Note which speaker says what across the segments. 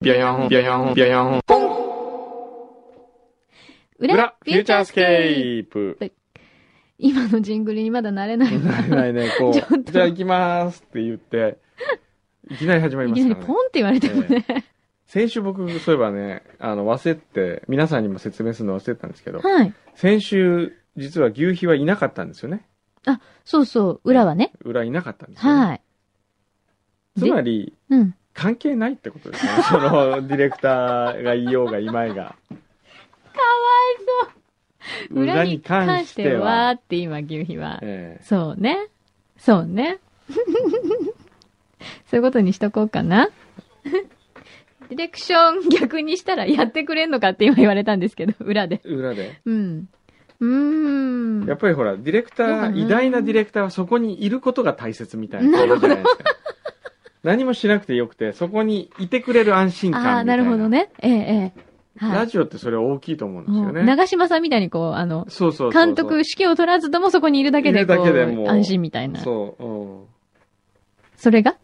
Speaker 1: ビャヤン、ビャヤン、ビャヤン。裏、フューチャースケープ。
Speaker 2: 今のジングルにまだ慣れないな。
Speaker 1: ないないね、こ
Speaker 2: ちょっ
Speaker 1: う。
Speaker 2: と
Speaker 1: じゃあ行きますって言って、いきなり始まり
Speaker 2: い
Speaker 1: ま
Speaker 2: き
Speaker 1: し
Speaker 2: な
Speaker 1: た
Speaker 2: り
Speaker 1: から
Speaker 2: ポン
Speaker 1: ね。
Speaker 2: って言われてもね。
Speaker 1: 先週僕、そういえばね、あの、忘れて、皆さんにも説明するの忘れてたんですけど、
Speaker 2: はい。
Speaker 1: 先週、実は牛皮はいなかったんですよね。
Speaker 2: そうそう、裏はね。
Speaker 1: 裏いなかったんですよ、ね。
Speaker 2: はい。
Speaker 1: つまり、
Speaker 2: うん。
Speaker 1: 関係ないってこと ですね。その、ディレクターがいようがいまいが。裏に関しては
Speaker 2: 裏に関してはって今、牛皮は。
Speaker 1: ええ
Speaker 2: そうね。そうね。 そういうことにしとこうかな。 ディレクション逆にしたらやってくれんのかって今言われたんですけど、 裏で。
Speaker 1: 裏で。
Speaker 2: うん。うーん。
Speaker 1: やっぱりほら、ディレクタ
Speaker 2: そうだ
Speaker 1: ー、
Speaker 2: ね
Speaker 1: 偉大なディレクターはそこにいることが大切みたいなことじゃないですか。 何もしなくてよくて、そこにいてくれる安心感みたいな。
Speaker 2: ああー、なるほど。ね。ええ、ええ。は
Speaker 1: ラ
Speaker 2: い。
Speaker 1: ジオってそれ大きいと思うんです
Speaker 2: も
Speaker 1: よ
Speaker 2: う、
Speaker 1: ね。
Speaker 2: 長嶋さんみたいにこう、あの、
Speaker 1: そうそうそうそう。
Speaker 2: 監督、指揮を取らずともそこにいるだけで、こ
Speaker 1: いるだけでもう
Speaker 2: う、安心みたいな。そ
Speaker 1: そう、うん
Speaker 2: れが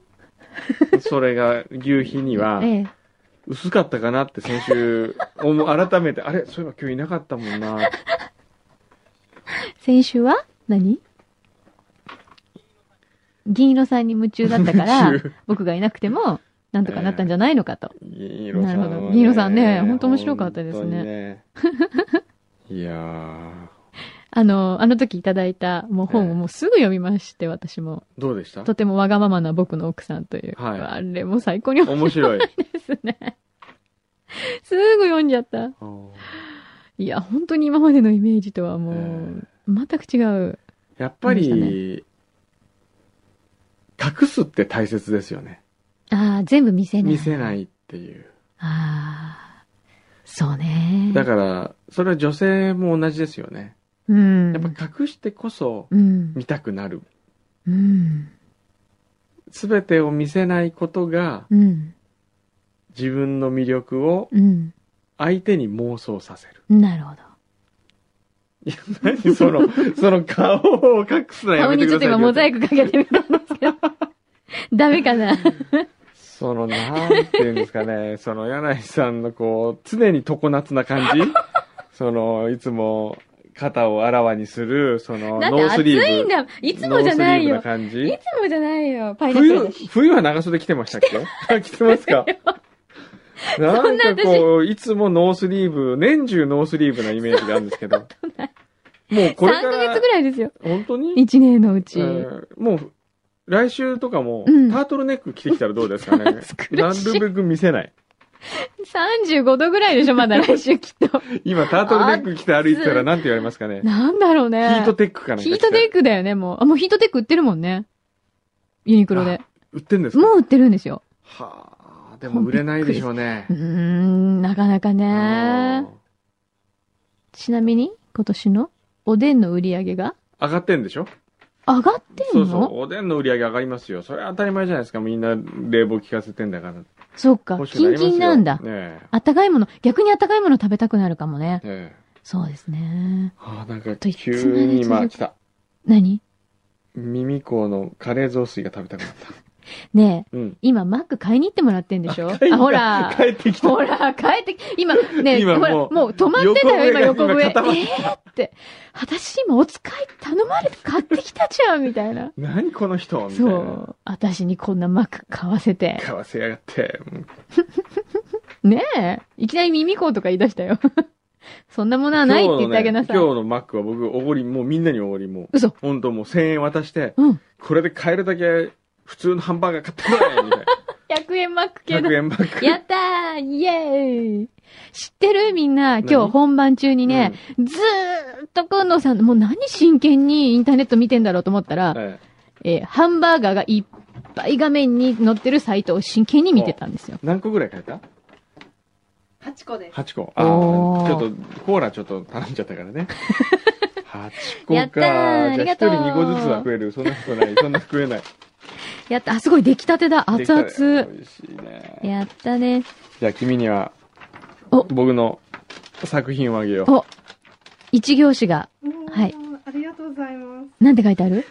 Speaker 1: それが、牛皮には
Speaker 2: え、え。
Speaker 1: 薄かったかなって先週、思う改めて、あれそういえば今日いなかったもんな。
Speaker 2: 先週は何銀色さんに夢中だっ たか
Speaker 1: 夢
Speaker 2: ら
Speaker 1: 中、
Speaker 2: 僕がいなくても、なんとかなったんじゃないのかと。
Speaker 1: 銀色さんは、
Speaker 2: な
Speaker 1: ね。
Speaker 2: るほど銀色さんね本当面白かったです
Speaker 1: ね。いやー、
Speaker 2: あの、あの時いただいた、もう本をもうすぐ読みまして、私も。
Speaker 1: どうでした
Speaker 2: とてもわがままな僕の奥さんという。
Speaker 1: はい
Speaker 2: あれも最高に面
Speaker 1: 面白い。
Speaker 2: 白いですね。 すぐ読んじゃった。
Speaker 1: うん
Speaker 2: いや、本当に今までのイメージとはも
Speaker 1: え
Speaker 2: う、全く違う。
Speaker 1: やっぱ
Speaker 2: 思いま
Speaker 1: り、隠すって大切ですよね。
Speaker 2: ああ、全部見せない。
Speaker 1: 見せないっていう。
Speaker 2: ああ、そうね。
Speaker 1: だから、それは女性も同じですよね。
Speaker 2: うん。
Speaker 1: やっぱ隠してこそ
Speaker 2: うん。
Speaker 1: 見たくなる。
Speaker 2: うん。
Speaker 1: すべてを見せないことが
Speaker 2: うん。
Speaker 1: 自分の魅力を
Speaker 2: うん。
Speaker 1: 相手に妄想さ せる。
Speaker 2: なるほど。
Speaker 1: 何その、その顔を隠すのや
Speaker 2: 顔
Speaker 1: め
Speaker 2: に
Speaker 1: てく
Speaker 2: ちょ
Speaker 1: ださい。
Speaker 2: っと今モザイクかけてみたんですけど。 ダメ かな。
Speaker 1: その、なんていうんですかね、 その、柳井さんのこう、常に常夏な感じ その、いつも、肩をあらわにする、その、
Speaker 2: だっ
Speaker 1: ノ
Speaker 2: て
Speaker 1: ース
Speaker 2: 暑
Speaker 1: リーブ。
Speaker 2: いんだ。いつもじゃないよ
Speaker 1: ノ。ースリーブな感
Speaker 2: い
Speaker 1: じ。
Speaker 2: つもじゃないよ。パイナップル
Speaker 1: 冬
Speaker 2: だし。、
Speaker 1: 冬は長袖着てましたっけ着てます か なんかこう、いつもノースリーブ、年中ノースリーブなイメージがあるんですけ ど。もうこ
Speaker 2: 3
Speaker 1: れか
Speaker 2: ヶ
Speaker 1: ら
Speaker 2: 月、ぐらいですよ。
Speaker 1: 本当に、
Speaker 2: 1年のうち。
Speaker 1: えーもう、来週とかも、
Speaker 2: うん
Speaker 1: タートルネック着てきたらどうです かね。
Speaker 2: 暑苦しい
Speaker 1: なるべく見せない。
Speaker 2: 35度ぐらいでしょ、まだ来週き っと。
Speaker 1: 今、タートルネック着て歩いてたらなんて言われますかね。
Speaker 2: なんだろう
Speaker 1: ヒ
Speaker 2: ね。
Speaker 1: ートテックかなんか着
Speaker 2: ヒ
Speaker 1: て。
Speaker 2: ートテックだよね、もう。あ、もうヒートテック売ってるもんね。ユニクロで。
Speaker 1: 売ってんですか
Speaker 2: もう売ってるんですよ。
Speaker 1: はあ、でも売れないでしょうね
Speaker 2: うー。ん、なかなか
Speaker 1: うん
Speaker 2: ね。ちなみに、今年のおでんの売り上げが
Speaker 1: 上がってんでしょ
Speaker 2: 上がってん
Speaker 1: そ
Speaker 2: の
Speaker 1: うそう。おでんの売り上げ上がりますよ。それは当たり前じゃないですか。みんな冷房効かせてんだから。
Speaker 2: そうか
Speaker 1: 欲、しく
Speaker 2: キ
Speaker 1: な
Speaker 2: ン
Speaker 1: ります
Speaker 2: キ
Speaker 1: よ
Speaker 2: ンなんだ。
Speaker 1: ね
Speaker 2: あったかいもの、逆にあったかいもの食べたくなるかもね。
Speaker 1: え。ねえ。
Speaker 2: そうですね。
Speaker 1: ああ、なんか
Speaker 2: といつまで
Speaker 1: 急
Speaker 2: 続く
Speaker 1: に今来た。
Speaker 2: 何
Speaker 1: 耳香のカレー雑炊が食べたくなった。
Speaker 2: ねえ、
Speaker 1: うん。
Speaker 2: 今マック買いに行ってもらってんでしょ
Speaker 1: 帰った
Speaker 2: あ、ほら。
Speaker 1: 帰ってきた。
Speaker 2: ほら、帰ってき、今、ねえ、
Speaker 1: 今
Speaker 2: ほら、
Speaker 1: も
Speaker 2: も
Speaker 1: う
Speaker 2: う止まってたよ、今横
Speaker 1: 横笛
Speaker 2: 笛。
Speaker 1: が今固
Speaker 2: え
Speaker 1: まっ
Speaker 2: ーって。私今お使い頼まれて買ってきたじゃん、みたいな。
Speaker 1: 何この人みたい
Speaker 2: そ
Speaker 1: な。
Speaker 2: う。私にこんなマック買わせて。
Speaker 1: 買わせやがって。うん
Speaker 2: ねえ。いきなり耳こうとか言い出したよ。 そんなものはないって言ってあげなさい。
Speaker 1: 今日のね今日のマックは僕、おごり、もうみんなにおごり、もう。
Speaker 2: 嘘。
Speaker 1: 本当もう1000円渡して、
Speaker 2: うん。
Speaker 1: これで買えるだけ普通のハンバーガー買ってこいみたいな。
Speaker 2: 100円マック系の
Speaker 1: 100。円バッグ。
Speaker 2: やったーイエーイ知ってるみんな、今
Speaker 1: 何
Speaker 2: 日本番中にね、ずーっとくんのさん、もう何真剣にインターネット見てんだろうと思ったら、
Speaker 1: ええ
Speaker 2: えーハンバーガーがいっぱい画面に載ってるサイトを真剣に見てたんですよ。
Speaker 1: 何個ぐらい買えた
Speaker 3: 8個です。
Speaker 1: 8個。ああ、ち
Speaker 2: おー
Speaker 1: ょっと、コーラちょっと頼んじゃったから ね。8個
Speaker 2: やっ
Speaker 1: か。
Speaker 2: たー
Speaker 1: じゃあ
Speaker 2: あ
Speaker 1: 1
Speaker 2: りが
Speaker 1: 人
Speaker 2: とう
Speaker 1: 2個ずつは食える。そんなことない。そんな食えない。
Speaker 2: やった、あ、すごい、出来たてだ、熱
Speaker 1: できたね
Speaker 2: 々。
Speaker 1: 美味しいね。
Speaker 2: やったね。
Speaker 1: じゃあ君には、
Speaker 2: お
Speaker 1: 僕の作品をあげよう。
Speaker 2: お、一行詞が、はい
Speaker 3: うん。ありがとうございます。
Speaker 2: なんて書いてある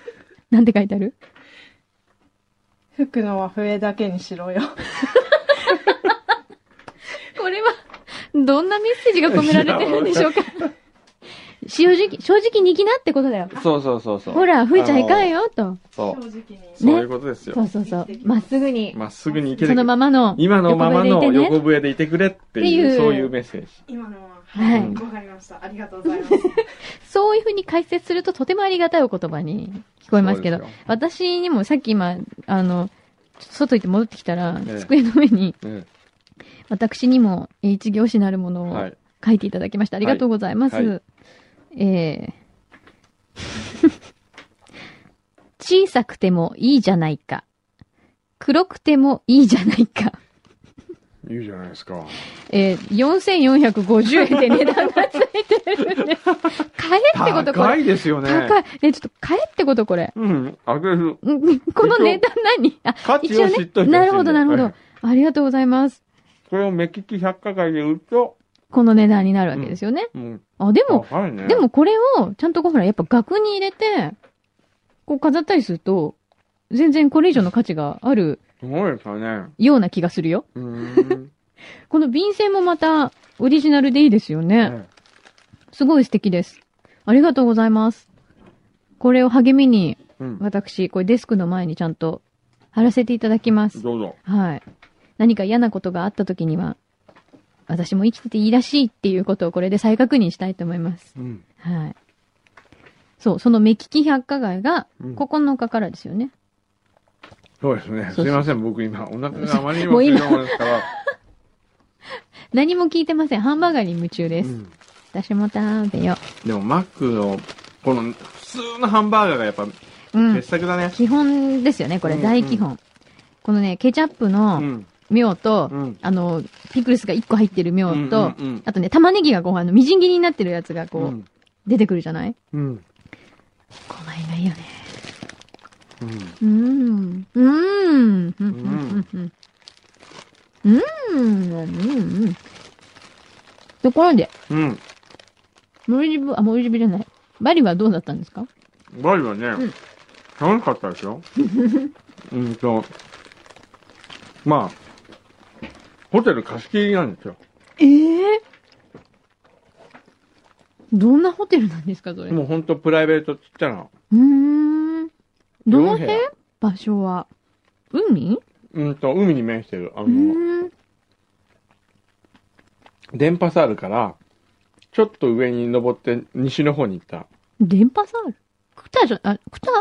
Speaker 2: なんて書いてある
Speaker 3: 服のは笛だけにしろよ。
Speaker 2: どんなメッセージが込められてるんでしょうか。正直、正直に生きなってことだよ。
Speaker 1: そうそうそうそう。
Speaker 2: ほら、ふいちゃんいかん
Speaker 1: よ。
Speaker 2: よ、と。
Speaker 1: そ
Speaker 3: 直
Speaker 1: う。
Speaker 3: に。
Speaker 1: そういうことです
Speaker 2: そ
Speaker 1: よ
Speaker 2: う。そうそう。まっすぐに、
Speaker 1: まっすぐに行け
Speaker 2: そ
Speaker 1: る
Speaker 2: の。ままの、
Speaker 1: 今のままの
Speaker 2: 横笛でいてね
Speaker 1: 横笛でいてくれって
Speaker 2: っ
Speaker 1: い
Speaker 2: ていう
Speaker 1: う、そういうメッセージ。
Speaker 3: 今のは、
Speaker 2: はい
Speaker 3: わかりました。ありがとうございます。
Speaker 2: そういうふうに解説するととてもありがたいお言葉に聞こえますけど
Speaker 1: そうですよ、
Speaker 2: 私にもさっき今、あの、ちょっと外行って戻ってきたら、
Speaker 1: ええ
Speaker 2: 机の上に、
Speaker 1: うん
Speaker 2: 私にも一行詞なるもの
Speaker 1: は
Speaker 2: を
Speaker 1: い。
Speaker 2: 書いていただきました。ありがとうございます。
Speaker 1: はいは
Speaker 2: えー 小さくてもいいじゃないか。黒くてもいいじゃないか。
Speaker 1: いいじゃないですか。
Speaker 2: えー、4450円で値段がついてる んです。買えってことこ
Speaker 1: 高
Speaker 2: れ。
Speaker 1: いですよね。
Speaker 2: 高い。え、ちょっと買えってことこれ。
Speaker 1: うん、あげる。
Speaker 2: うんこの値段何あ、
Speaker 1: 価値を知っといてほしいんだよ
Speaker 2: なるほど、なるほ
Speaker 1: は
Speaker 2: ど
Speaker 1: い。
Speaker 2: ありがとうございます。
Speaker 1: これを目利き百貨会で売ると、
Speaker 2: この値段になるわけですよね。
Speaker 1: うん、
Speaker 2: あ、でも、
Speaker 1: 高いね。
Speaker 2: でもこれを、ちゃんとこうほら、やっぱ額に入れて、こう飾ったりすると、全然これ以上の価値がある
Speaker 1: すごいですよね。
Speaker 2: ような気がするよ。
Speaker 1: うーん。
Speaker 2: この便箋もまた、オリジナルでいいですよね。
Speaker 1: ね
Speaker 2: すごい素敵です。ありがとうございます。これを励みに、
Speaker 1: うん。
Speaker 2: 私、これデスクの前にちゃんと貼らせていただきます。
Speaker 1: どうぞ。
Speaker 2: はい。何か嫌なことがあった時には、私も生きてていいらしいっていうことをこれで再確認したいと思います。
Speaker 1: うん。
Speaker 2: はい。そう、その目利き百科街が
Speaker 1: うん
Speaker 2: 9日からですよね。
Speaker 1: そうですね。す
Speaker 2: そうそう
Speaker 1: いません、僕今、お腹があまりに
Speaker 2: も
Speaker 1: も
Speaker 2: う今
Speaker 1: 強いものですから。
Speaker 2: 何も聞いてません。ハンバーガーに夢中です。
Speaker 1: うん
Speaker 2: 私も食べよ
Speaker 1: でも、マックの、この、普通のハンバーガーがやっぱ、
Speaker 2: う。うん
Speaker 1: 傑。作だね。
Speaker 2: 基本ですよね、これ。
Speaker 1: うん
Speaker 2: 大基本。このね、ケチャップ
Speaker 1: う
Speaker 2: の
Speaker 1: ん。
Speaker 2: 妙と、
Speaker 1: うん。
Speaker 2: あの、ピクルスが1個入ってる妙と、
Speaker 1: うんうん
Speaker 2: あとね、玉ねぎがご飯のみじん切りになってるやつがこ
Speaker 1: う
Speaker 2: う、
Speaker 1: ん。
Speaker 2: 出てくるじゃない
Speaker 1: うん。
Speaker 2: この辺がいいよね。
Speaker 1: うん。
Speaker 2: うーん。うーん。うん。うん。うん。うん。うん。うんところで、
Speaker 1: うん。
Speaker 2: モルジブ、あ、モルジブじゃない。バリはどうだったんですか
Speaker 1: バリはね、
Speaker 2: うん
Speaker 1: 楽しかったですよ。うんと、まあ、ホテル貸し切りなんですよ。
Speaker 2: ええどんなホテルなんですか、それ。う
Speaker 1: もうほんとプライベートちっちゃな。
Speaker 2: ーん。どの
Speaker 1: 四
Speaker 2: 辺
Speaker 1: 部屋
Speaker 2: 場所は。海
Speaker 1: うんと、海に面してる。あ
Speaker 2: う
Speaker 1: の、
Speaker 2: ーん。
Speaker 1: 電波サールから、ちょっと上に登って西の方に行った。
Speaker 2: 電波サールクタじゃ、あ、クタ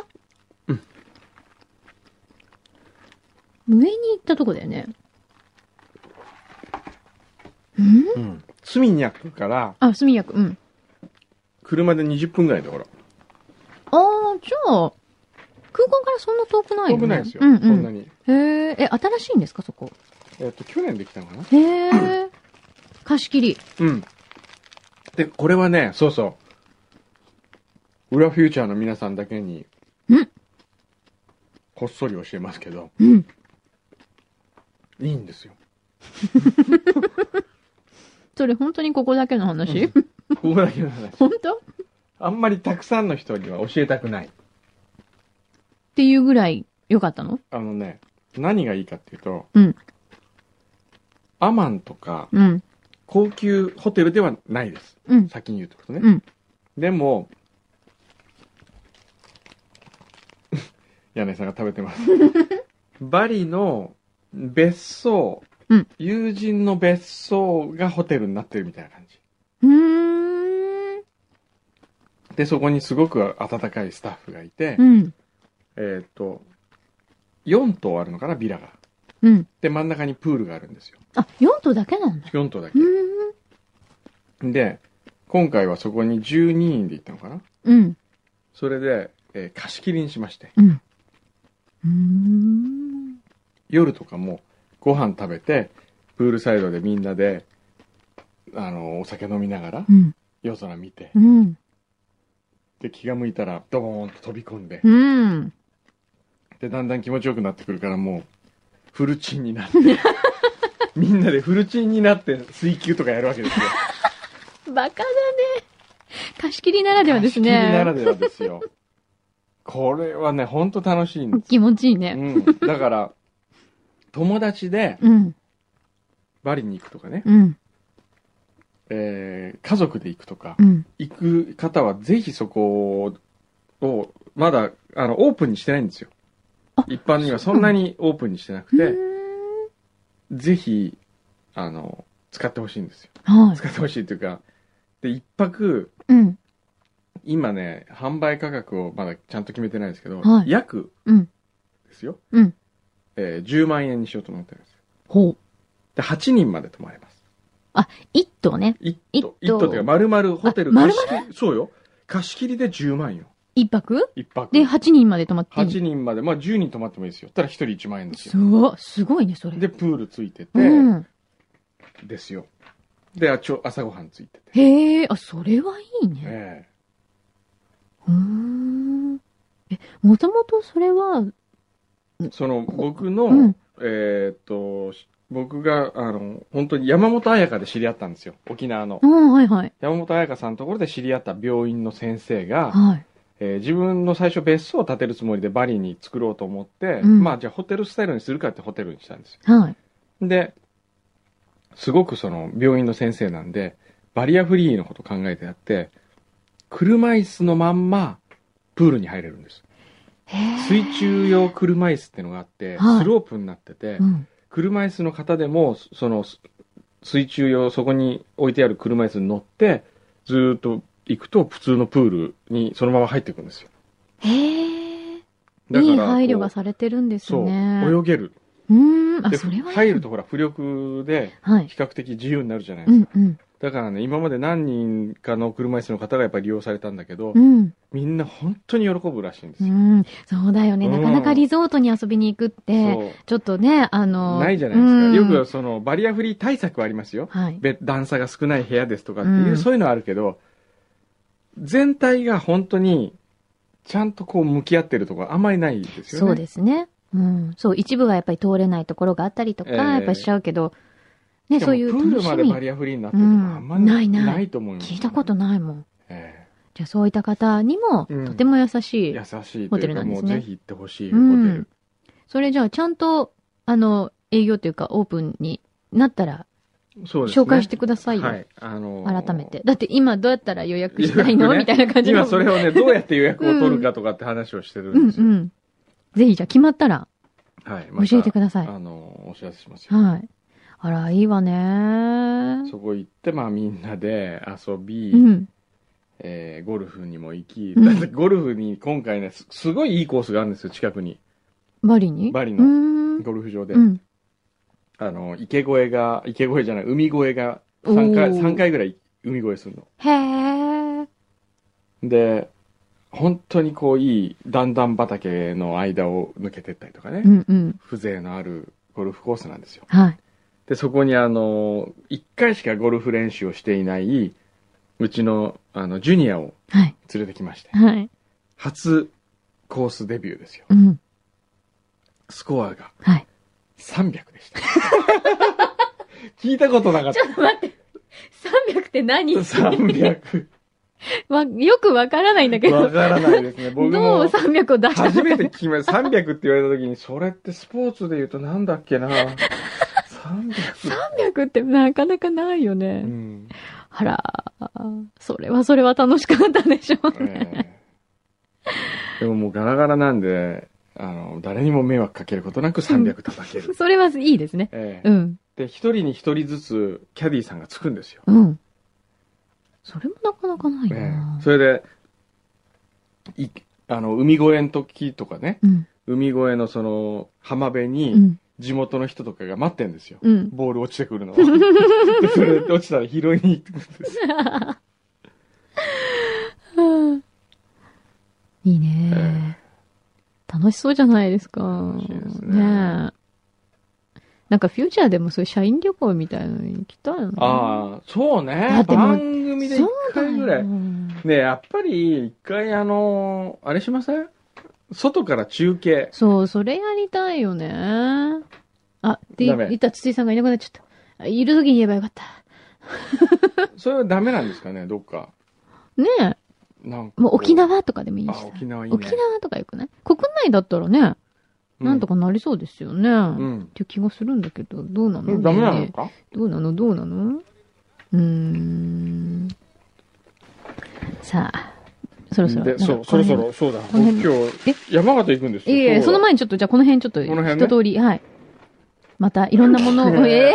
Speaker 2: 上に行ったとこだよね。うん
Speaker 1: うん。スミニャックから、
Speaker 2: あ、墨役、うん。
Speaker 1: 車で20分ぐらいのところ。
Speaker 2: ああ、じゃあ、空港からそんな遠くないよね。
Speaker 1: 遠くないですよ。
Speaker 2: うん
Speaker 1: そん
Speaker 2: う。
Speaker 1: なんに。
Speaker 2: へえ、え、新しいんですか、そこ。
Speaker 1: えっと、去年できたのかな
Speaker 2: へえ。貸し切り。
Speaker 1: うん。で、これはね、そうそう。裏フューチャーの皆さんだけに
Speaker 2: ん、
Speaker 1: こっそり教えますけど、
Speaker 2: うん。
Speaker 1: いいんですよ。
Speaker 2: それ本当にここだけの話、
Speaker 1: うんここだけの話。
Speaker 2: 本当っ
Speaker 1: あんまりたくさんの人には教えたくない。
Speaker 2: ていうぐらい良かったの
Speaker 1: あのね、何がいいかっていうと、
Speaker 2: うん
Speaker 1: アマンとか、
Speaker 2: うん。
Speaker 1: 高級ホテルではないです。
Speaker 2: うん。
Speaker 1: 先に言うとことね。
Speaker 2: うん。
Speaker 1: でも、 柳井さんが食べて ます。バリの別荘、
Speaker 2: うん
Speaker 1: 友人の別荘がホテルになってるみたいな感じ。
Speaker 2: うーん。
Speaker 1: で、そこにすごく温かいスタッフがいて、
Speaker 2: うん。
Speaker 1: えーっと、4棟あるのかな、ビラが。
Speaker 2: うん。
Speaker 1: で、真ん中にプールがあるんですよ。
Speaker 2: あ、4頭だけなんだ。
Speaker 1: 4棟だけ
Speaker 2: う。ーん。
Speaker 1: で、今回はそこに12人で行ったのかな。
Speaker 2: うん。
Speaker 1: それで、えー貸し切りにしまして。
Speaker 2: うん。うーん。
Speaker 1: 夜とかもご飯食べてプールサイドでみんなであのお酒飲みながら
Speaker 2: うん。
Speaker 1: 夜空見て
Speaker 2: うん。
Speaker 1: で気が向いたらドボーンと飛び込んで
Speaker 2: うん。
Speaker 1: でだんだん気持ちよくなってくるからもうフルチンになって みんなでフルチンになって水球とかやるわけですよ
Speaker 2: バカだね。貸し切りならではですね。
Speaker 1: 貸し切りならではですよこれはねほんと楽しいんです、
Speaker 2: 気持ちいいうね。
Speaker 1: ん、だから友達で
Speaker 2: うん。
Speaker 1: バリに行くとかね
Speaker 2: うん。
Speaker 1: えー家族で行くとか、
Speaker 2: うん。
Speaker 1: 行く方はぜひそこを、まだ、あの、オープンにしてないんですよ
Speaker 2: あ。
Speaker 1: 一般にはそんなにオープンにしてなくて、
Speaker 2: う
Speaker 1: ぜひ、あの、使ってほしいんですよ。
Speaker 2: ーんはい。
Speaker 1: 使ってほしいというか、で、一泊、
Speaker 2: うん。
Speaker 1: 今ね、販売価格をまだちゃんと決めてないんですけど、
Speaker 2: はい
Speaker 1: 約
Speaker 2: うん。
Speaker 1: ですよ、
Speaker 2: うん
Speaker 1: えー10万円にしようと思ってるんですよ。
Speaker 2: ほう。
Speaker 1: で、8人まで泊まれます。
Speaker 2: 一棟ね。
Speaker 1: 一
Speaker 2: 一
Speaker 1: 棟
Speaker 2: 棟。
Speaker 1: 一棟っていうか、丸々ホテル
Speaker 2: あ丸
Speaker 1: 貸し切りそうよ。貸し切りで10万よ。
Speaker 2: 一泊
Speaker 1: 一泊。
Speaker 2: で、8人まで泊まっていい
Speaker 1: 8人まで、まあ10人泊まってもいいですよ。たら1人1万円ですよ。
Speaker 2: すごい、すごいね、それ。
Speaker 1: で、プールついてて、
Speaker 2: うん。
Speaker 1: ですよ。で、あちょ朝ごはんついてて。
Speaker 2: へえ、あ、それはいいね。
Speaker 1: え
Speaker 2: うーん。え、もともとそれは、
Speaker 1: えその、僕の、
Speaker 2: うん
Speaker 1: えーっと、し僕が、あの、本当に山本彩香で知り合ったんですよ。沖縄の
Speaker 2: う。ん、はいはい。
Speaker 1: 山本彩香さんのところで知り合った病院の先生が、
Speaker 2: はい。
Speaker 1: えー自分の最初別荘を建てるつもりでバリに作ろうと思って、
Speaker 2: うん
Speaker 1: まあじゃあホテルスタイルにするかってホテルにしたんですよ。
Speaker 2: はい。
Speaker 1: で、すごくその病院の先生なんで、バリアフリーのこと考えてやって、車椅子のまんまプールに入れるんです。
Speaker 2: へえ。
Speaker 1: 水中用車椅子ってのがあって、
Speaker 2: はい
Speaker 1: スロープになってて、
Speaker 2: うん。
Speaker 1: 車椅子の方でも、そその、す水中用、そこに置いてある車椅子に乗って、ずーっと行くと、普通のプールにそのまま入っていくんですよ。
Speaker 2: へえ。
Speaker 1: だから
Speaker 2: いい配慮が
Speaker 1: こ
Speaker 2: されてるんで
Speaker 1: う
Speaker 2: すね。
Speaker 1: そう、泳げる。
Speaker 2: うーん、あ、
Speaker 1: で、
Speaker 2: それはいい。
Speaker 1: 入るとほら、浮力で
Speaker 2: はい。
Speaker 1: 比較的自由になるじゃないで
Speaker 2: う
Speaker 1: すか。
Speaker 2: ん、うん。
Speaker 1: だからね、今まで何人かの車椅子の方がやっぱり利用されたんだけど、
Speaker 2: うん。
Speaker 1: みんな本当に喜ぶらしいんです
Speaker 2: う
Speaker 1: よ。
Speaker 2: ん。そうだよね。
Speaker 1: うん
Speaker 2: なかなかリゾートに遊びに行くって、ちょっとね、あ
Speaker 1: そう。
Speaker 2: の、
Speaker 1: ないじゃないですか。よ
Speaker 2: うん
Speaker 1: くその、バリアフリー対策はありますよ。
Speaker 2: はい。
Speaker 1: べ段差が少ない部屋ですとかっていう、
Speaker 2: うん
Speaker 1: そういうのはあるけど、全体が本当に、ちゃんとこう向き合ってるところあんまりないですよね。
Speaker 2: そうですね。うん。そう、一部はやっぱり通れないところがあったりとか、
Speaker 1: ええ
Speaker 2: やっぱりしちゃうけど、ね、
Speaker 1: しかも
Speaker 2: そういう
Speaker 1: プールま
Speaker 2: 楽し
Speaker 1: でバ
Speaker 2: み、
Speaker 1: リアフリーになってるとこあんまり
Speaker 2: うんないない
Speaker 1: ないと思います、
Speaker 2: 聞いたことないもん。
Speaker 1: え
Speaker 2: じゃあそういった方にも、
Speaker 1: うん
Speaker 2: とても優し
Speaker 1: え
Speaker 2: い。
Speaker 1: 優しいと
Speaker 2: ホ
Speaker 1: い
Speaker 2: テ
Speaker 1: うか、
Speaker 2: ルなんで
Speaker 1: も
Speaker 2: す
Speaker 1: う
Speaker 2: ね
Speaker 1: ぜひ行ってほしいホ
Speaker 2: う
Speaker 1: テル。
Speaker 2: ん。それじゃあ、ちゃんと、あの、営業というか、オープンになったら、
Speaker 1: そうですね。
Speaker 2: 紹介してくださいよ。
Speaker 1: はい。あのー
Speaker 2: 改めて。だって今どうやったら予約したい
Speaker 1: 予約
Speaker 2: の、
Speaker 1: ね
Speaker 2: みたいな感じだ
Speaker 1: 今
Speaker 2: もん
Speaker 1: それをね、 どうやって予約を取るかとかって話をしてる
Speaker 2: うんん
Speaker 1: です
Speaker 2: う
Speaker 1: よ。
Speaker 2: ん。ぜひじゃあ決まったら
Speaker 1: はい。また
Speaker 2: 教えてください。
Speaker 1: あの、お知らせしますよ。
Speaker 2: はい。あら、いいわね。
Speaker 1: そこ行って、まあみんなで遊び、
Speaker 2: うん。
Speaker 1: えーゴルフにも行き、
Speaker 2: うん
Speaker 1: だって ゴルフに今回ね、すすごいいいコースがあるんですよ、近くに。
Speaker 2: バリに
Speaker 1: バリの
Speaker 2: うーん。
Speaker 1: ゴルフ場で。
Speaker 2: うん。
Speaker 1: あの、池越えが、池越えじゃない、海越えが3回、
Speaker 2: おー
Speaker 1: 三回ぐらい海越えするの。
Speaker 2: へえ。
Speaker 1: で、本当にこういい段々畑の間を抜けてったりとかね、
Speaker 2: うんうん。
Speaker 1: 風情のあるゴルフコースなんですよ。
Speaker 2: はい。
Speaker 1: で、そこにあの、一回しかゴルフ練習をしていない、うちの、あの、ジュニアを
Speaker 2: はい。
Speaker 1: 連れてきまして、
Speaker 2: はい。
Speaker 1: 初コースデビューですよ。
Speaker 2: うん。
Speaker 1: スコアが
Speaker 2: はい。
Speaker 1: 300でした。 聞いたことなかっ
Speaker 2: ちょっと待って。300って何
Speaker 1: た。300。
Speaker 2: わよくわからないんだけ
Speaker 1: わ
Speaker 2: ど。
Speaker 1: からないですね。
Speaker 2: どう
Speaker 1: 僕も
Speaker 2: 300を出したの
Speaker 1: 初めて
Speaker 2: か。
Speaker 1: 聞きました。300って言われた時に、それってスポーツで言うとなんだっけな。300。
Speaker 2: 300ってなかなかないよ
Speaker 1: う
Speaker 2: ね。
Speaker 1: ん。
Speaker 2: あら、それはそれは楽しかったでしょうね。
Speaker 1: ええでももうガラガラなんで、あの、誰にも迷惑かけることなく300叩ける。
Speaker 2: それはいいですね。
Speaker 1: ええ
Speaker 2: うん。
Speaker 1: で、一人に一人ずつキャディーさんがつくんですよ。
Speaker 2: うん。それもなかなかない
Speaker 1: ええ
Speaker 2: な。
Speaker 1: それで、いあの、海越えの時とかね、
Speaker 2: うん。
Speaker 1: 海越えのその浜辺
Speaker 2: う
Speaker 1: に
Speaker 2: ん。
Speaker 1: 地元の人とかが待ってんですよ。
Speaker 2: うん。
Speaker 1: ボール落ちてく るのを。でそれ落ちたら拾いに行ってくるんです。
Speaker 2: うんいい
Speaker 1: え
Speaker 2: ね。楽しそうじゃないですか。
Speaker 1: 楽しいですね
Speaker 2: ねえなんかフューチャーでもそういう社員旅行みたいなのに行きたいよね。
Speaker 1: ああ、そう
Speaker 2: だ
Speaker 1: ね
Speaker 2: っ。てもう
Speaker 1: 番組で1回ぐらい。
Speaker 2: そうだよ
Speaker 1: ねえやっぱり一回あのーあれしません外から中継。
Speaker 2: そう、それやりたいよね。あ、って
Speaker 1: ダメ
Speaker 2: 言った筒井さんがいなくなっちゃったあ。いる時に言えばよかった。
Speaker 1: それはダメなんですかね、どっか。
Speaker 2: ねえ。
Speaker 1: なんかこ
Speaker 2: もう沖縄とかでもいいし
Speaker 1: あ、
Speaker 2: さ。
Speaker 1: 沖縄いいね。
Speaker 2: 沖縄とかよくない国内だったらね、なんと
Speaker 1: か。
Speaker 2: かなりそうですよね。
Speaker 1: う
Speaker 2: っ
Speaker 1: ん。
Speaker 2: ていう気がするんだけど、どうなの
Speaker 1: ダメなのか
Speaker 2: どうなのどうなのうーん。さあ、そろそろ。
Speaker 1: で、
Speaker 2: な
Speaker 1: そ
Speaker 2: ん
Speaker 1: う、
Speaker 2: か
Speaker 1: そ
Speaker 2: こ
Speaker 1: ろ
Speaker 2: の
Speaker 1: そ
Speaker 2: 辺
Speaker 1: ろ、そうだ。
Speaker 2: この
Speaker 1: 僕
Speaker 2: 辺
Speaker 1: 今日、山形行くんですよ。
Speaker 2: いえいえ、
Speaker 1: そ
Speaker 2: そう
Speaker 1: だ
Speaker 2: の前にちょっと、じゃあこの辺ちょっと、
Speaker 1: この辺ね
Speaker 2: 一通り、はい。また、いろん なものを、ええ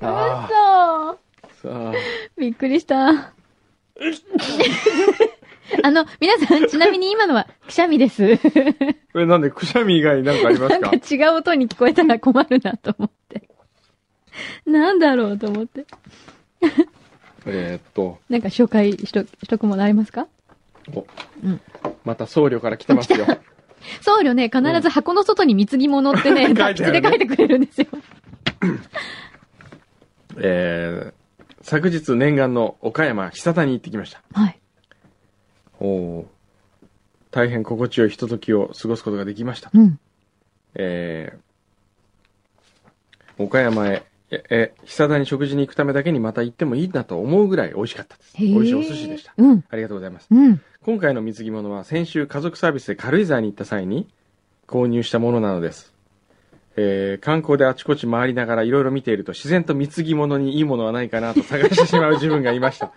Speaker 1: あ
Speaker 2: 嘘
Speaker 1: あ、さあ、
Speaker 2: びっくりした。 あの、皆さん、ちなみに今のは、くしゃみです。
Speaker 1: え、なんで、くしゃみ以外になんかありま
Speaker 2: な
Speaker 1: す
Speaker 2: ん
Speaker 1: か
Speaker 2: か違う音に聞こえたら困るなと思って。なんだろうと思って。
Speaker 1: えーっと、
Speaker 2: なんか紹介しと、しとくものありますか
Speaker 1: お
Speaker 2: うん
Speaker 1: また僧侶から来てますよ。
Speaker 2: 僧侶ね、必ず箱の外に貢ぎ物って ね、
Speaker 1: うん
Speaker 2: 達筆で書いてくれるんですよ。
Speaker 1: えー、昨日念願の岡山、久田に行ってきました。
Speaker 2: はい。
Speaker 1: おお。大変心地よいひとときを過ごすことができました。
Speaker 2: うん。
Speaker 1: えー岡山へ、え、え、久田に食事に行くためだけにまた行ってもいいなと思うぐらい美味しかったです。
Speaker 2: へー
Speaker 1: 美味しいお寿司でした。
Speaker 2: うん。
Speaker 1: ありがとうございます。
Speaker 2: うん。
Speaker 1: 今回の水着物は先週家族サービスで軽井沢に行った際に購入したものなのです。えー観光であちこち回りながらいろいろ見ていると自然と貢ぎ物にいいものはないかなと探してしまう自分がいました。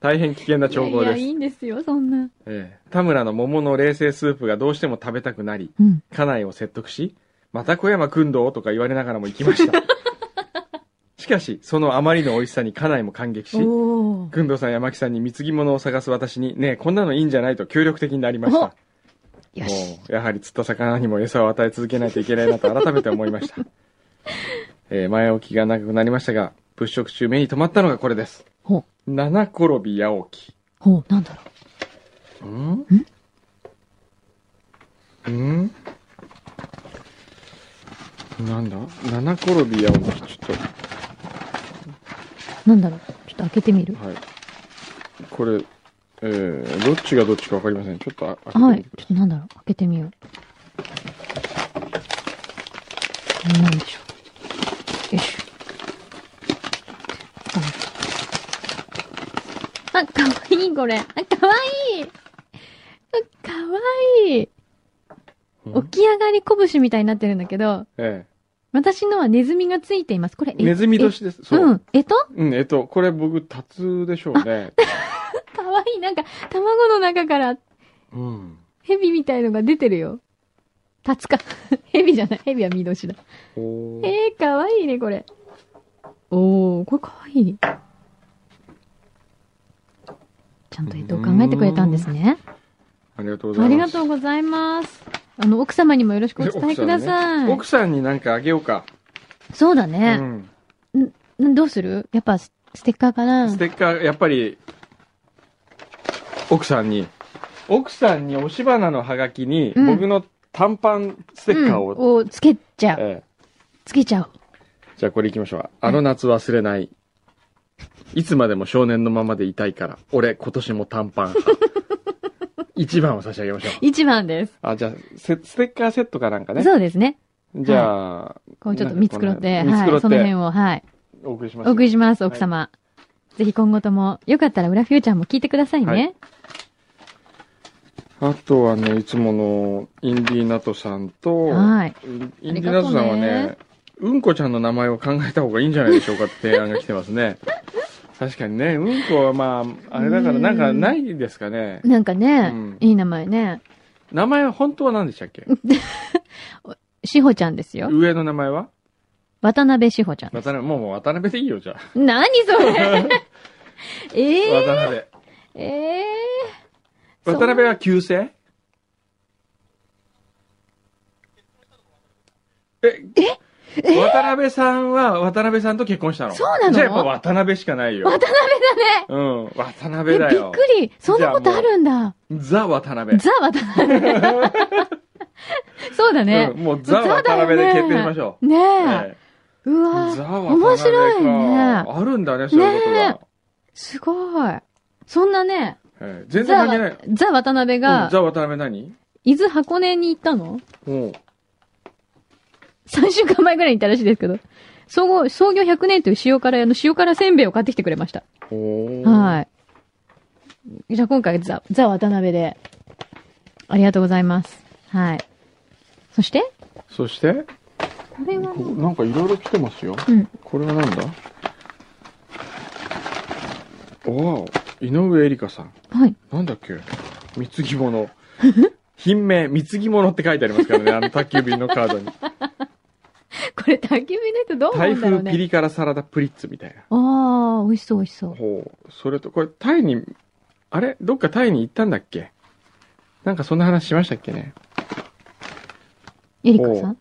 Speaker 1: 大変危険ない
Speaker 2: や
Speaker 1: 調
Speaker 2: い
Speaker 1: 合
Speaker 2: や、
Speaker 1: で
Speaker 2: い
Speaker 1: す。
Speaker 2: いんですよ、そんな。
Speaker 1: えー田村の桃の冷製スープがどうしても食べたくなり、
Speaker 2: うん。
Speaker 1: 家内を説得し、また小山くんどうとか言われながらも行きま した。しかし、そのあまりの美味しさに家内も感激し、
Speaker 2: おー。
Speaker 1: くんどうさん、山木さんに貢ぎ物を探す私に、ねえ、こんなのいいんじゃないと協力的になりました。
Speaker 2: よ
Speaker 1: も
Speaker 2: し。
Speaker 1: うやはり釣った魚にも餌を与え続けないといけないなと改めて思いま した。えー前置きが長くなりましたが、物色中目に留まったのがこれです。
Speaker 2: ほう。
Speaker 1: 七転び八起
Speaker 2: ほう、なんだろ
Speaker 1: き。んんなんだ七転び八起き。ちょっ
Speaker 2: う。なんだろう。ちょっと開けてみる
Speaker 1: と、はい。これ、えーどっちがどっちかわかりません。ちょっとあ開けて
Speaker 2: は
Speaker 1: み
Speaker 2: い。
Speaker 1: て
Speaker 2: ちょっとなんだろう。開けてみよう。なんでしょう。よいしょ。あ、かわいい、これ。あ、かわいい。あ、かわいい。
Speaker 1: う
Speaker 2: 起
Speaker 1: ん
Speaker 2: き上がり拳みたいになってるんだけど、
Speaker 1: え
Speaker 2: 私のはネズミがついています。これ、
Speaker 1: え。ネズミ
Speaker 2: と
Speaker 1: 年です。そう。
Speaker 2: うん。えと
Speaker 1: うん、えっと、これ僕、タツでしょうね。
Speaker 2: かわいい。なんか、卵の中から
Speaker 1: うん。
Speaker 2: 蛇みたいのが出てるよ。タツか。 蛇じゃない。蛇はミドシだ。
Speaker 1: おー
Speaker 2: えー、かわいいね、これ。おー、これかわいい。ちゃんとえとを考えてくれたんですね。
Speaker 1: ありがとうござ
Speaker 2: あ
Speaker 1: い
Speaker 2: り
Speaker 1: ま
Speaker 2: が
Speaker 1: す。
Speaker 2: とうございます。あの、奥様にもよろしくお伝えください。
Speaker 1: 奥さんに何かあげようか。
Speaker 2: そうだ
Speaker 1: う
Speaker 2: ね、
Speaker 1: ん。
Speaker 2: んどうするやっぱスステッカーかな
Speaker 1: ステッカー、やっぱり、奥さんに、奥さんに押し花のハガキに、
Speaker 2: うん
Speaker 1: 僕の短パンステッカーを、
Speaker 2: うんをつけちゃう。
Speaker 1: ええ
Speaker 2: つけちゃおう。
Speaker 1: じゃあこれ行きましょう。あの夏忘れない。いつまでも少年のままでいたいから、俺今年も短パン 派。一番を差し上げましょう。
Speaker 2: 一番です、
Speaker 1: あ、じゃあ、せステッカーセットかなんかね。
Speaker 2: そうですね。
Speaker 1: じゃあ、
Speaker 2: こうちょっと見繕って、
Speaker 1: なんかこの辺見繕
Speaker 2: はい、
Speaker 1: って
Speaker 2: その辺を、はい。
Speaker 1: お送りしま
Speaker 2: お送りします、
Speaker 1: はい
Speaker 2: 奥様。ぜひ今後とも、よかったら裏フューチャーも聞いてくださいね。
Speaker 1: はいあとはね、いつものインディーナトさんと、
Speaker 2: はい
Speaker 1: インディーナトさんはね
Speaker 2: ありがとうね
Speaker 1: うんこちゃんの名前を考えた方がいいんじゃないでしょうかって提案が来てます ね。確かにね、うんこはまあ、あれだからなんかないですかね。
Speaker 2: なんかね、
Speaker 1: うん
Speaker 2: いい名前ね。
Speaker 1: 名前は本当は何でしたっけ
Speaker 2: しほちゃんですよ。
Speaker 1: 上の名前は
Speaker 2: 渡辺しほちゃんです。
Speaker 1: 渡辺、もうもう渡辺でいいよ、じゃあ。
Speaker 2: 何 それえ
Speaker 1: 渡辺。
Speaker 2: ー、えそう
Speaker 1: 渡辺は旧姓ええ渡辺さんは渡辺さんと結婚したの
Speaker 2: そうなの
Speaker 1: じゃあやっぱ渡辺しかない
Speaker 2: ー、
Speaker 1: よ。
Speaker 2: 渡辺だね
Speaker 1: うん、渡
Speaker 2: え、び
Speaker 1: 辺だ
Speaker 2: っ
Speaker 1: よ。
Speaker 2: くりそんなことあるんだ
Speaker 1: ザ渡辺。
Speaker 2: ザ渡辺 そうだね
Speaker 1: う。んもうザ渡辺で決定しましょう。
Speaker 2: ねえ。
Speaker 1: ええ
Speaker 2: う
Speaker 1: ザ
Speaker 2: わ
Speaker 1: 渡
Speaker 2: ぁ
Speaker 1: 辺か
Speaker 2: 面白いね。
Speaker 1: あるんだね、そういうことが。
Speaker 2: ねすごい。そんなね、
Speaker 1: ええ全然
Speaker 2: ザ
Speaker 1: 関係ない。うん、
Speaker 2: ザ渡辺が、
Speaker 1: ザ渡辺何
Speaker 2: 伊豆箱根に行ったの
Speaker 1: うん。
Speaker 2: 3週間前ぐらいに行ったらしいですけど、創業創業100年という塩辛屋の塩辛せんべいを買ってきてくれました。
Speaker 1: お
Speaker 2: はい。じゃあ今回ザ、ザ渡辺で。ありがとうございます。はい。そして
Speaker 1: い。そして
Speaker 2: これは
Speaker 1: こ
Speaker 2: ね、
Speaker 1: なんかいろいろ来てますよ。
Speaker 2: うん
Speaker 1: これはなんだおお、井上恵里香さん。
Speaker 2: はい。
Speaker 1: なんだっけ貢ぎ物。品名、貢ぎ物って書いてありますからね、あの宅急便のカ ードに。
Speaker 2: これ、焚き火の人どう思う
Speaker 1: 台
Speaker 2: んだろう
Speaker 1: 風
Speaker 2: ね。
Speaker 1: ピリ辛サラダプリッツみたいな。
Speaker 2: ああ、美味しそう、美味しそう。
Speaker 1: ほう。それと、これ、タイに、あれどっかタイに行ったんだっけなんかそんな話しましたっけね
Speaker 2: エリカさん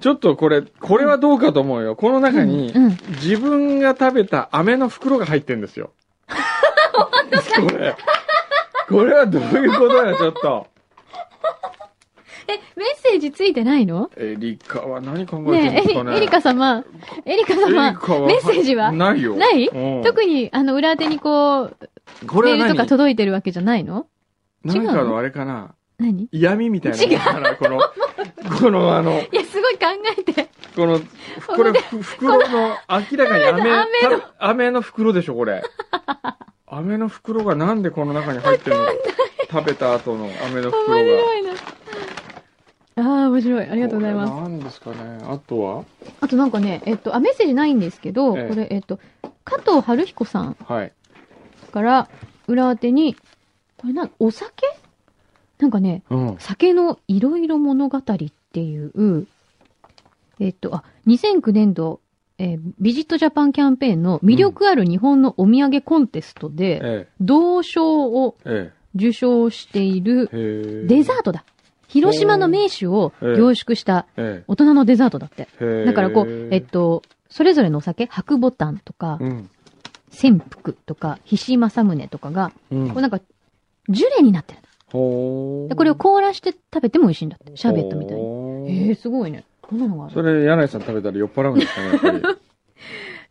Speaker 1: ちょっとこれ、これはどうかと思うよ。この中に
Speaker 2: う、んうん。
Speaker 1: 自分が食べた飴の袋が入ってんですよ。これ。これはどういうことや、ちょっと。
Speaker 2: え、メッセージついてないの
Speaker 1: エリカは何考えてるんで
Speaker 2: ねえ、
Speaker 1: す
Speaker 2: エリ
Speaker 1: かね
Speaker 2: エリカ様、エリカ様、メッセージは
Speaker 1: ないよ。
Speaker 2: ない
Speaker 1: うん
Speaker 2: 特に、あの、裏手にこう、
Speaker 1: こ
Speaker 2: メ
Speaker 1: れ
Speaker 2: ール
Speaker 1: は
Speaker 2: とか
Speaker 1: 何
Speaker 2: 届いてるわけじゃないの
Speaker 1: 何
Speaker 2: 違
Speaker 1: かの
Speaker 2: うの
Speaker 1: あれかな
Speaker 2: 何い
Speaker 1: 嫌味みたいなもんかな。 この、このあの、
Speaker 2: や、すごい考えて。
Speaker 1: この、これ、ふ袋の、明らかに飴、
Speaker 2: 飴の
Speaker 1: た飴の袋でしょ、こ れ。飴の袋がなんでこの中に入ってるの食べた後の飴の袋
Speaker 2: 面
Speaker 1: が。
Speaker 2: 白いな。ああ、面白い。ありがとうございます。
Speaker 1: す。何ですかね。あとは
Speaker 2: あとなんかね、えっと、あ、メッセージないんですけど、
Speaker 1: ええ
Speaker 2: これ、えっと、加藤春彦さん
Speaker 1: はい。
Speaker 2: から、裏当てに、これなんお酒なんかね、
Speaker 1: うん。
Speaker 2: 酒のいろいろ物語っていう、えっと、あ、2009年度、えービジットジャパンキャンペーンの魅力ある日本のお土産コンテストで、
Speaker 1: え
Speaker 2: 銅賞を
Speaker 1: え、え
Speaker 2: 受賞している
Speaker 1: え。へえ
Speaker 2: デザートだ。広島の名酒を凝縮した
Speaker 1: え
Speaker 2: 大人のデザートだって。
Speaker 1: え。へえ
Speaker 2: だからこう、えっ、と、それぞれのお酒、白牡丹とか、
Speaker 1: うん。
Speaker 2: 潜伏とか、ひし政宗とかが、
Speaker 1: うん
Speaker 2: こう。なんか、ジュレになってるんだ
Speaker 1: ほ
Speaker 2: でこれを凍らして食べても美味しいんだって。シャーベットみたいに。
Speaker 1: に
Speaker 2: えー、すごいね。こんなのがあ
Speaker 1: そ
Speaker 2: る。
Speaker 1: れ、柳井さん食べたら酔っ払うんですかね、やっぱり。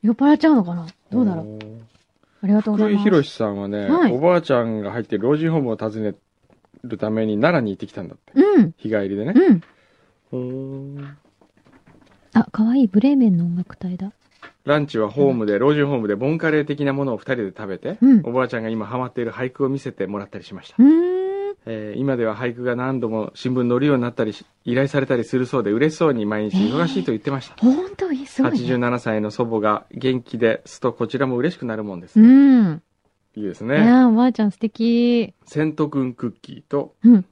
Speaker 2: 酔っ払っちゃうのかな どうだろう。
Speaker 1: う。
Speaker 2: ありがとうござ
Speaker 1: 福
Speaker 2: い
Speaker 1: 井
Speaker 2: ます。
Speaker 1: 博さんはね、
Speaker 2: はい
Speaker 1: おばあちゃんが入ってる老人ホームを訪ねるために奈良に行ってきたんだって。
Speaker 2: うん。
Speaker 1: 日帰りでね。
Speaker 2: うん。
Speaker 1: ほー
Speaker 2: あ、かわいい。ブレーメンの音楽隊だ。
Speaker 1: ランチはホームで、老人ホームでボンカレー的なものを二人で食べて、
Speaker 2: うん
Speaker 1: おばあちゃんが今ハマっている俳句を見せてもらったりしました。
Speaker 2: うーん。
Speaker 1: えー今では俳句が何度も新聞載るようになったりし依頼されたりするそうで嬉しそうに毎日忙しいと言ってました、
Speaker 2: ほんといい。すごい、ね。
Speaker 1: 87歳の祖母が元気ですとこちらも嬉しくなるもんです、
Speaker 2: うん。
Speaker 1: いいです
Speaker 2: い
Speaker 1: ね
Speaker 2: やーおばあちゃん素敵。
Speaker 1: 千斗くんクッキーと、
Speaker 2: うん。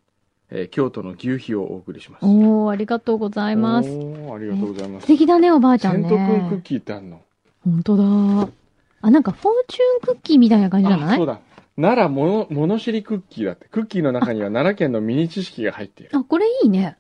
Speaker 1: えー京都の牛皮をお送りしますお
Speaker 2: おー、ありがとうございます。
Speaker 1: ーありがとうございま
Speaker 2: 素
Speaker 1: す
Speaker 2: 敵だね、おばあちゃ
Speaker 1: 千
Speaker 2: ん
Speaker 1: 斗くんクッ
Speaker 2: ね。
Speaker 1: キーってあんの
Speaker 2: 本当だ。あ、なんか、フォーチュンクッキーみたいな感じじゃな
Speaker 1: あ
Speaker 2: い
Speaker 1: そう
Speaker 2: あ
Speaker 1: だ奈良もの物知りクッキーだってクッキーの中には奈良県のミニ知識が入っている
Speaker 2: これいいね。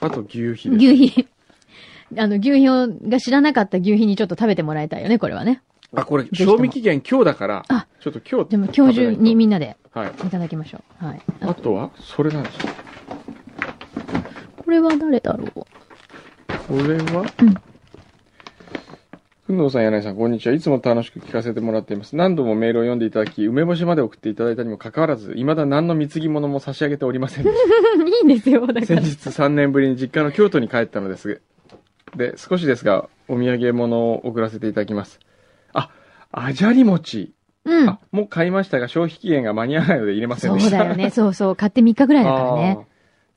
Speaker 1: あと牛皮です
Speaker 2: 牛皮。 あの、牛皮をが知らなかった牛皮にちょっと食べてもらいたいよね、これはね。
Speaker 1: あこれ
Speaker 2: ひとも
Speaker 1: 賞味期限今日だから
Speaker 2: あ
Speaker 1: ちょっと今日
Speaker 2: でも、今日中にみんなで
Speaker 1: はい
Speaker 2: いただきましょう。はい。
Speaker 1: あ
Speaker 2: あ
Speaker 1: とはそれなんですよ
Speaker 2: これは誰だろう
Speaker 1: これは
Speaker 2: うん
Speaker 1: くんどうさん、柳井さん、こんにちは。いつも楽しく聞かせてもらっています。何度もメールを読んでいただき、梅干しまで送っていただいたにもかかわらず、未だ何の貢ぎ物も差し上げておりませんでした。
Speaker 2: いいんですよ、だか
Speaker 1: 先
Speaker 2: ら。
Speaker 1: 日3年ぶりに実家の京都に帰ったのですで少しですがお土産物を送らせていただきますああじゃり餅、
Speaker 2: うん
Speaker 1: あ。もう買いましたが消費期限が間に合わないので入れません
Speaker 2: そ
Speaker 1: でし
Speaker 2: う
Speaker 1: た
Speaker 2: だよね。そうそう。買って3日ぐらいだからね
Speaker 1: あ。ー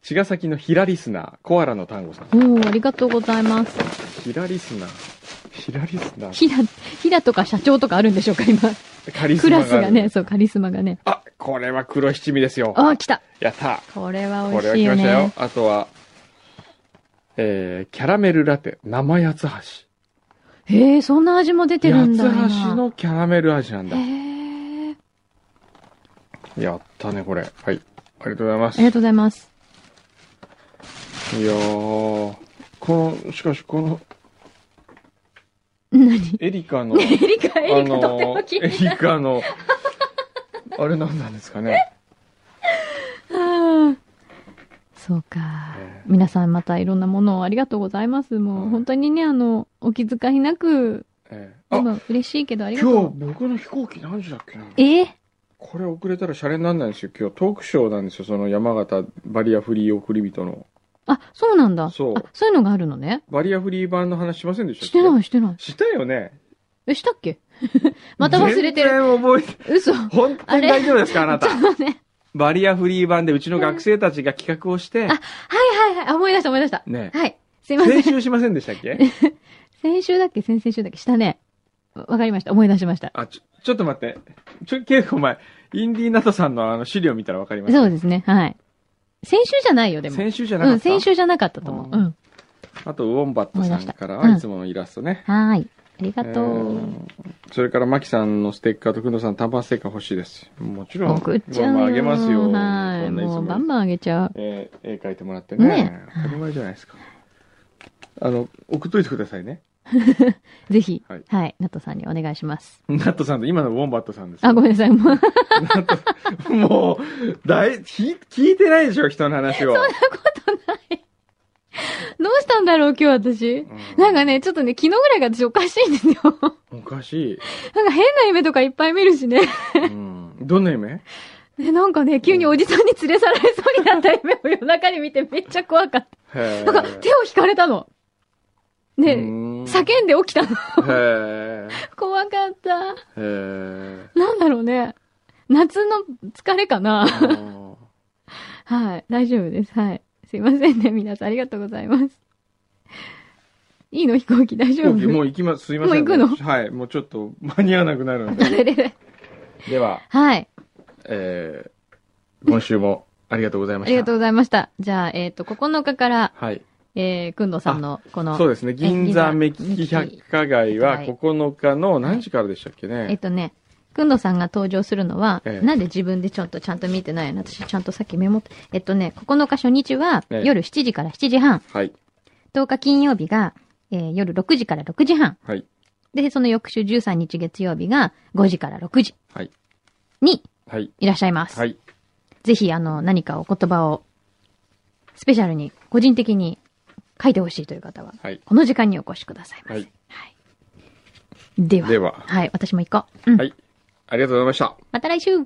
Speaker 1: 茅ヶ崎のヒラリスナーコアラの単語さん
Speaker 2: おー、ありがとうございます。
Speaker 1: ヒラリスナーヒラリスナー
Speaker 2: ひら、ひらとか社長とかあるんでしょうか、今。
Speaker 1: カリス
Speaker 2: ク
Speaker 1: マ
Speaker 2: ラ
Speaker 1: が
Speaker 2: ス
Speaker 1: ある
Speaker 2: がね、そう、カリスマがね。
Speaker 1: あこれは黒七味ですよ
Speaker 2: あー、来た。
Speaker 1: やった
Speaker 2: これは美
Speaker 1: こ
Speaker 2: 味
Speaker 1: れは
Speaker 2: しい
Speaker 1: 来
Speaker 2: よ
Speaker 1: ましたよ
Speaker 2: ね。
Speaker 1: あとはえーキャラメルラテ生八つ橋
Speaker 2: へえ、そんな味も出てるんだ。
Speaker 1: 八つ橋
Speaker 2: 今
Speaker 1: のキャラメル味なんだ
Speaker 2: へえ。
Speaker 1: やったねこれはいありがとうございま
Speaker 2: あ
Speaker 1: す
Speaker 2: りがとうござい ます。
Speaker 1: いやーこのしかしこの
Speaker 2: 何
Speaker 1: エリカの
Speaker 2: エリカ、
Speaker 1: あ
Speaker 2: エリカとって
Speaker 1: の
Speaker 2: もき
Speaker 1: エリカのあれ何なんですかね
Speaker 2: そうか
Speaker 1: ええ。
Speaker 2: 皆さんまたいろんなものをありがとうございます。も
Speaker 1: は
Speaker 2: う
Speaker 1: い
Speaker 2: 本当にね、あの、お気遣いなく、
Speaker 1: ええあ
Speaker 2: 今嬉しいけどありが
Speaker 1: 今
Speaker 2: と
Speaker 1: 日僕の飛行機何時だっけな
Speaker 2: う。ええ
Speaker 1: これ遅れたらシャレになんないんですよ今日トークショーなんですよその山形バリアフリー送り人の
Speaker 2: あ、そうなんだ。
Speaker 1: そう
Speaker 2: あそういうのがあるのね。
Speaker 1: バリアフリー版の話しませんでしたっ
Speaker 2: してないい、してない。
Speaker 1: したよね
Speaker 2: え、したっけ また忘れてる。
Speaker 1: 全然覚えて
Speaker 2: 嘘。
Speaker 1: 本当に大丈夫ですかあなた
Speaker 2: そうね。
Speaker 1: バリアフリー版でうちの学生たちが企画をして
Speaker 2: あはいはいはい。あ思い出した思い出した。
Speaker 1: ね
Speaker 2: はい。すいません
Speaker 1: 先。週しませんでしたっけ
Speaker 2: 先週だっけ先々週だっけしたね。わわかりました。思い出しました。
Speaker 1: あ、ちょ、ちょっと待って。ちょ、結構前、インディーナトさんのあの資料見たらわかります。
Speaker 2: そうですね。はい。先週じゃないよ、でも。
Speaker 1: 先週じゃな
Speaker 2: う
Speaker 1: か
Speaker 2: ん、
Speaker 1: った、
Speaker 2: 先週じゃなかったと思う。
Speaker 1: う
Speaker 2: うんん。
Speaker 1: あと、ウォンバットさんから
Speaker 2: 思い
Speaker 1: は
Speaker 2: 出したうん
Speaker 1: いつものイラストね。
Speaker 2: はーい。ありがと
Speaker 1: う
Speaker 2: う。
Speaker 1: んそれから、マキさんのステッカーと、くんどさん、短パンステッカー欲しいです。もちろん、
Speaker 2: 送っちゃう
Speaker 1: バ
Speaker 2: よ。
Speaker 1: ンバンあげますよ。
Speaker 2: は
Speaker 1: そ
Speaker 2: い。
Speaker 1: んないつ
Speaker 2: も
Speaker 1: も
Speaker 2: うバンバンあげちゃう。
Speaker 1: えー絵描いてもらってね。
Speaker 2: ね
Speaker 1: 当たり前じゃないですか。あの、送っといてくださいね。
Speaker 2: ぜひ
Speaker 1: はい、
Speaker 2: はい。ナトさんにお願いします。
Speaker 1: ナットさんと、今のウォンバットさんですよ。
Speaker 2: あ、ごめんなさい。もう、 そんなこ
Speaker 1: なんかもう、だい、聞い聞いてないでしょ、人の話を。
Speaker 2: とない。どうしたんだろう、今日私。
Speaker 1: う
Speaker 2: なんかね、、ちょっとね、昨日ぐらいが私おかしいんですよ。 なんか
Speaker 1: おかしい。
Speaker 2: 変な夢とかいっぱい見るしね。
Speaker 1: うん。どんな夢
Speaker 2: ねなんかね、急におじさんに連れ去られそうになった夢を夜中に見てめっちゃ怖かっ
Speaker 1: へ
Speaker 2: た。なんか手を引かれたの。ね、
Speaker 1: うん
Speaker 2: 叫んで起きたの。
Speaker 1: へ
Speaker 2: 怖かった。
Speaker 1: え。 へ
Speaker 2: なんだろうね。夏の疲れかな。
Speaker 1: え。
Speaker 2: はい。大丈夫です。はい。すいませんね。皆さんありがとうございます。いいの飛行機大
Speaker 1: 飛
Speaker 2: 丈夫
Speaker 1: 行機もう行きます。すいません。
Speaker 2: もう行く
Speaker 1: はい。もうちょっと間に合わなくなる んで。では、
Speaker 2: はい。
Speaker 1: えー、今週もありがとうございま
Speaker 2: あ
Speaker 1: した。
Speaker 2: りがとうございました。じゃあ、えっ、と、9日から、
Speaker 1: はい。
Speaker 2: えー、くんどさんの、この
Speaker 1: そう、ですね。銀座
Speaker 2: え
Speaker 1: 目利き百貨街は
Speaker 2: はい
Speaker 1: 9日の何時からでしたっけ
Speaker 2: えっ
Speaker 1: ね。
Speaker 2: とね、くんどさんが登場するのは、
Speaker 1: ええ
Speaker 2: なんで自分でちょっとちゃんと見てないの私ちゃんとさっきメモって、えっとね、9日初日は
Speaker 1: ええ
Speaker 2: 夜7時から7時半、
Speaker 1: はい。
Speaker 2: 10日金曜日が、えー夜6時から6時半、
Speaker 1: はい。
Speaker 2: で、その翌週13日月曜日が5時から6時
Speaker 1: はい。
Speaker 2: に
Speaker 1: はい。
Speaker 2: いらっしゃいます。
Speaker 1: はい。
Speaker 2: ぜひ、あの、何かお言葉を、スペシャルに、個人的に書いてほしいという方は、
Speaker 1: はい。
Speaker 2: この時間にお越しくださいませ。
Speaker 1: は
Speaker 2: はいい。では。
Speaker 1: では
Speaker 2: はい、私も行こう。うん。
Speaker 1: はい。ありがとうございました。
Speaker 2: また来週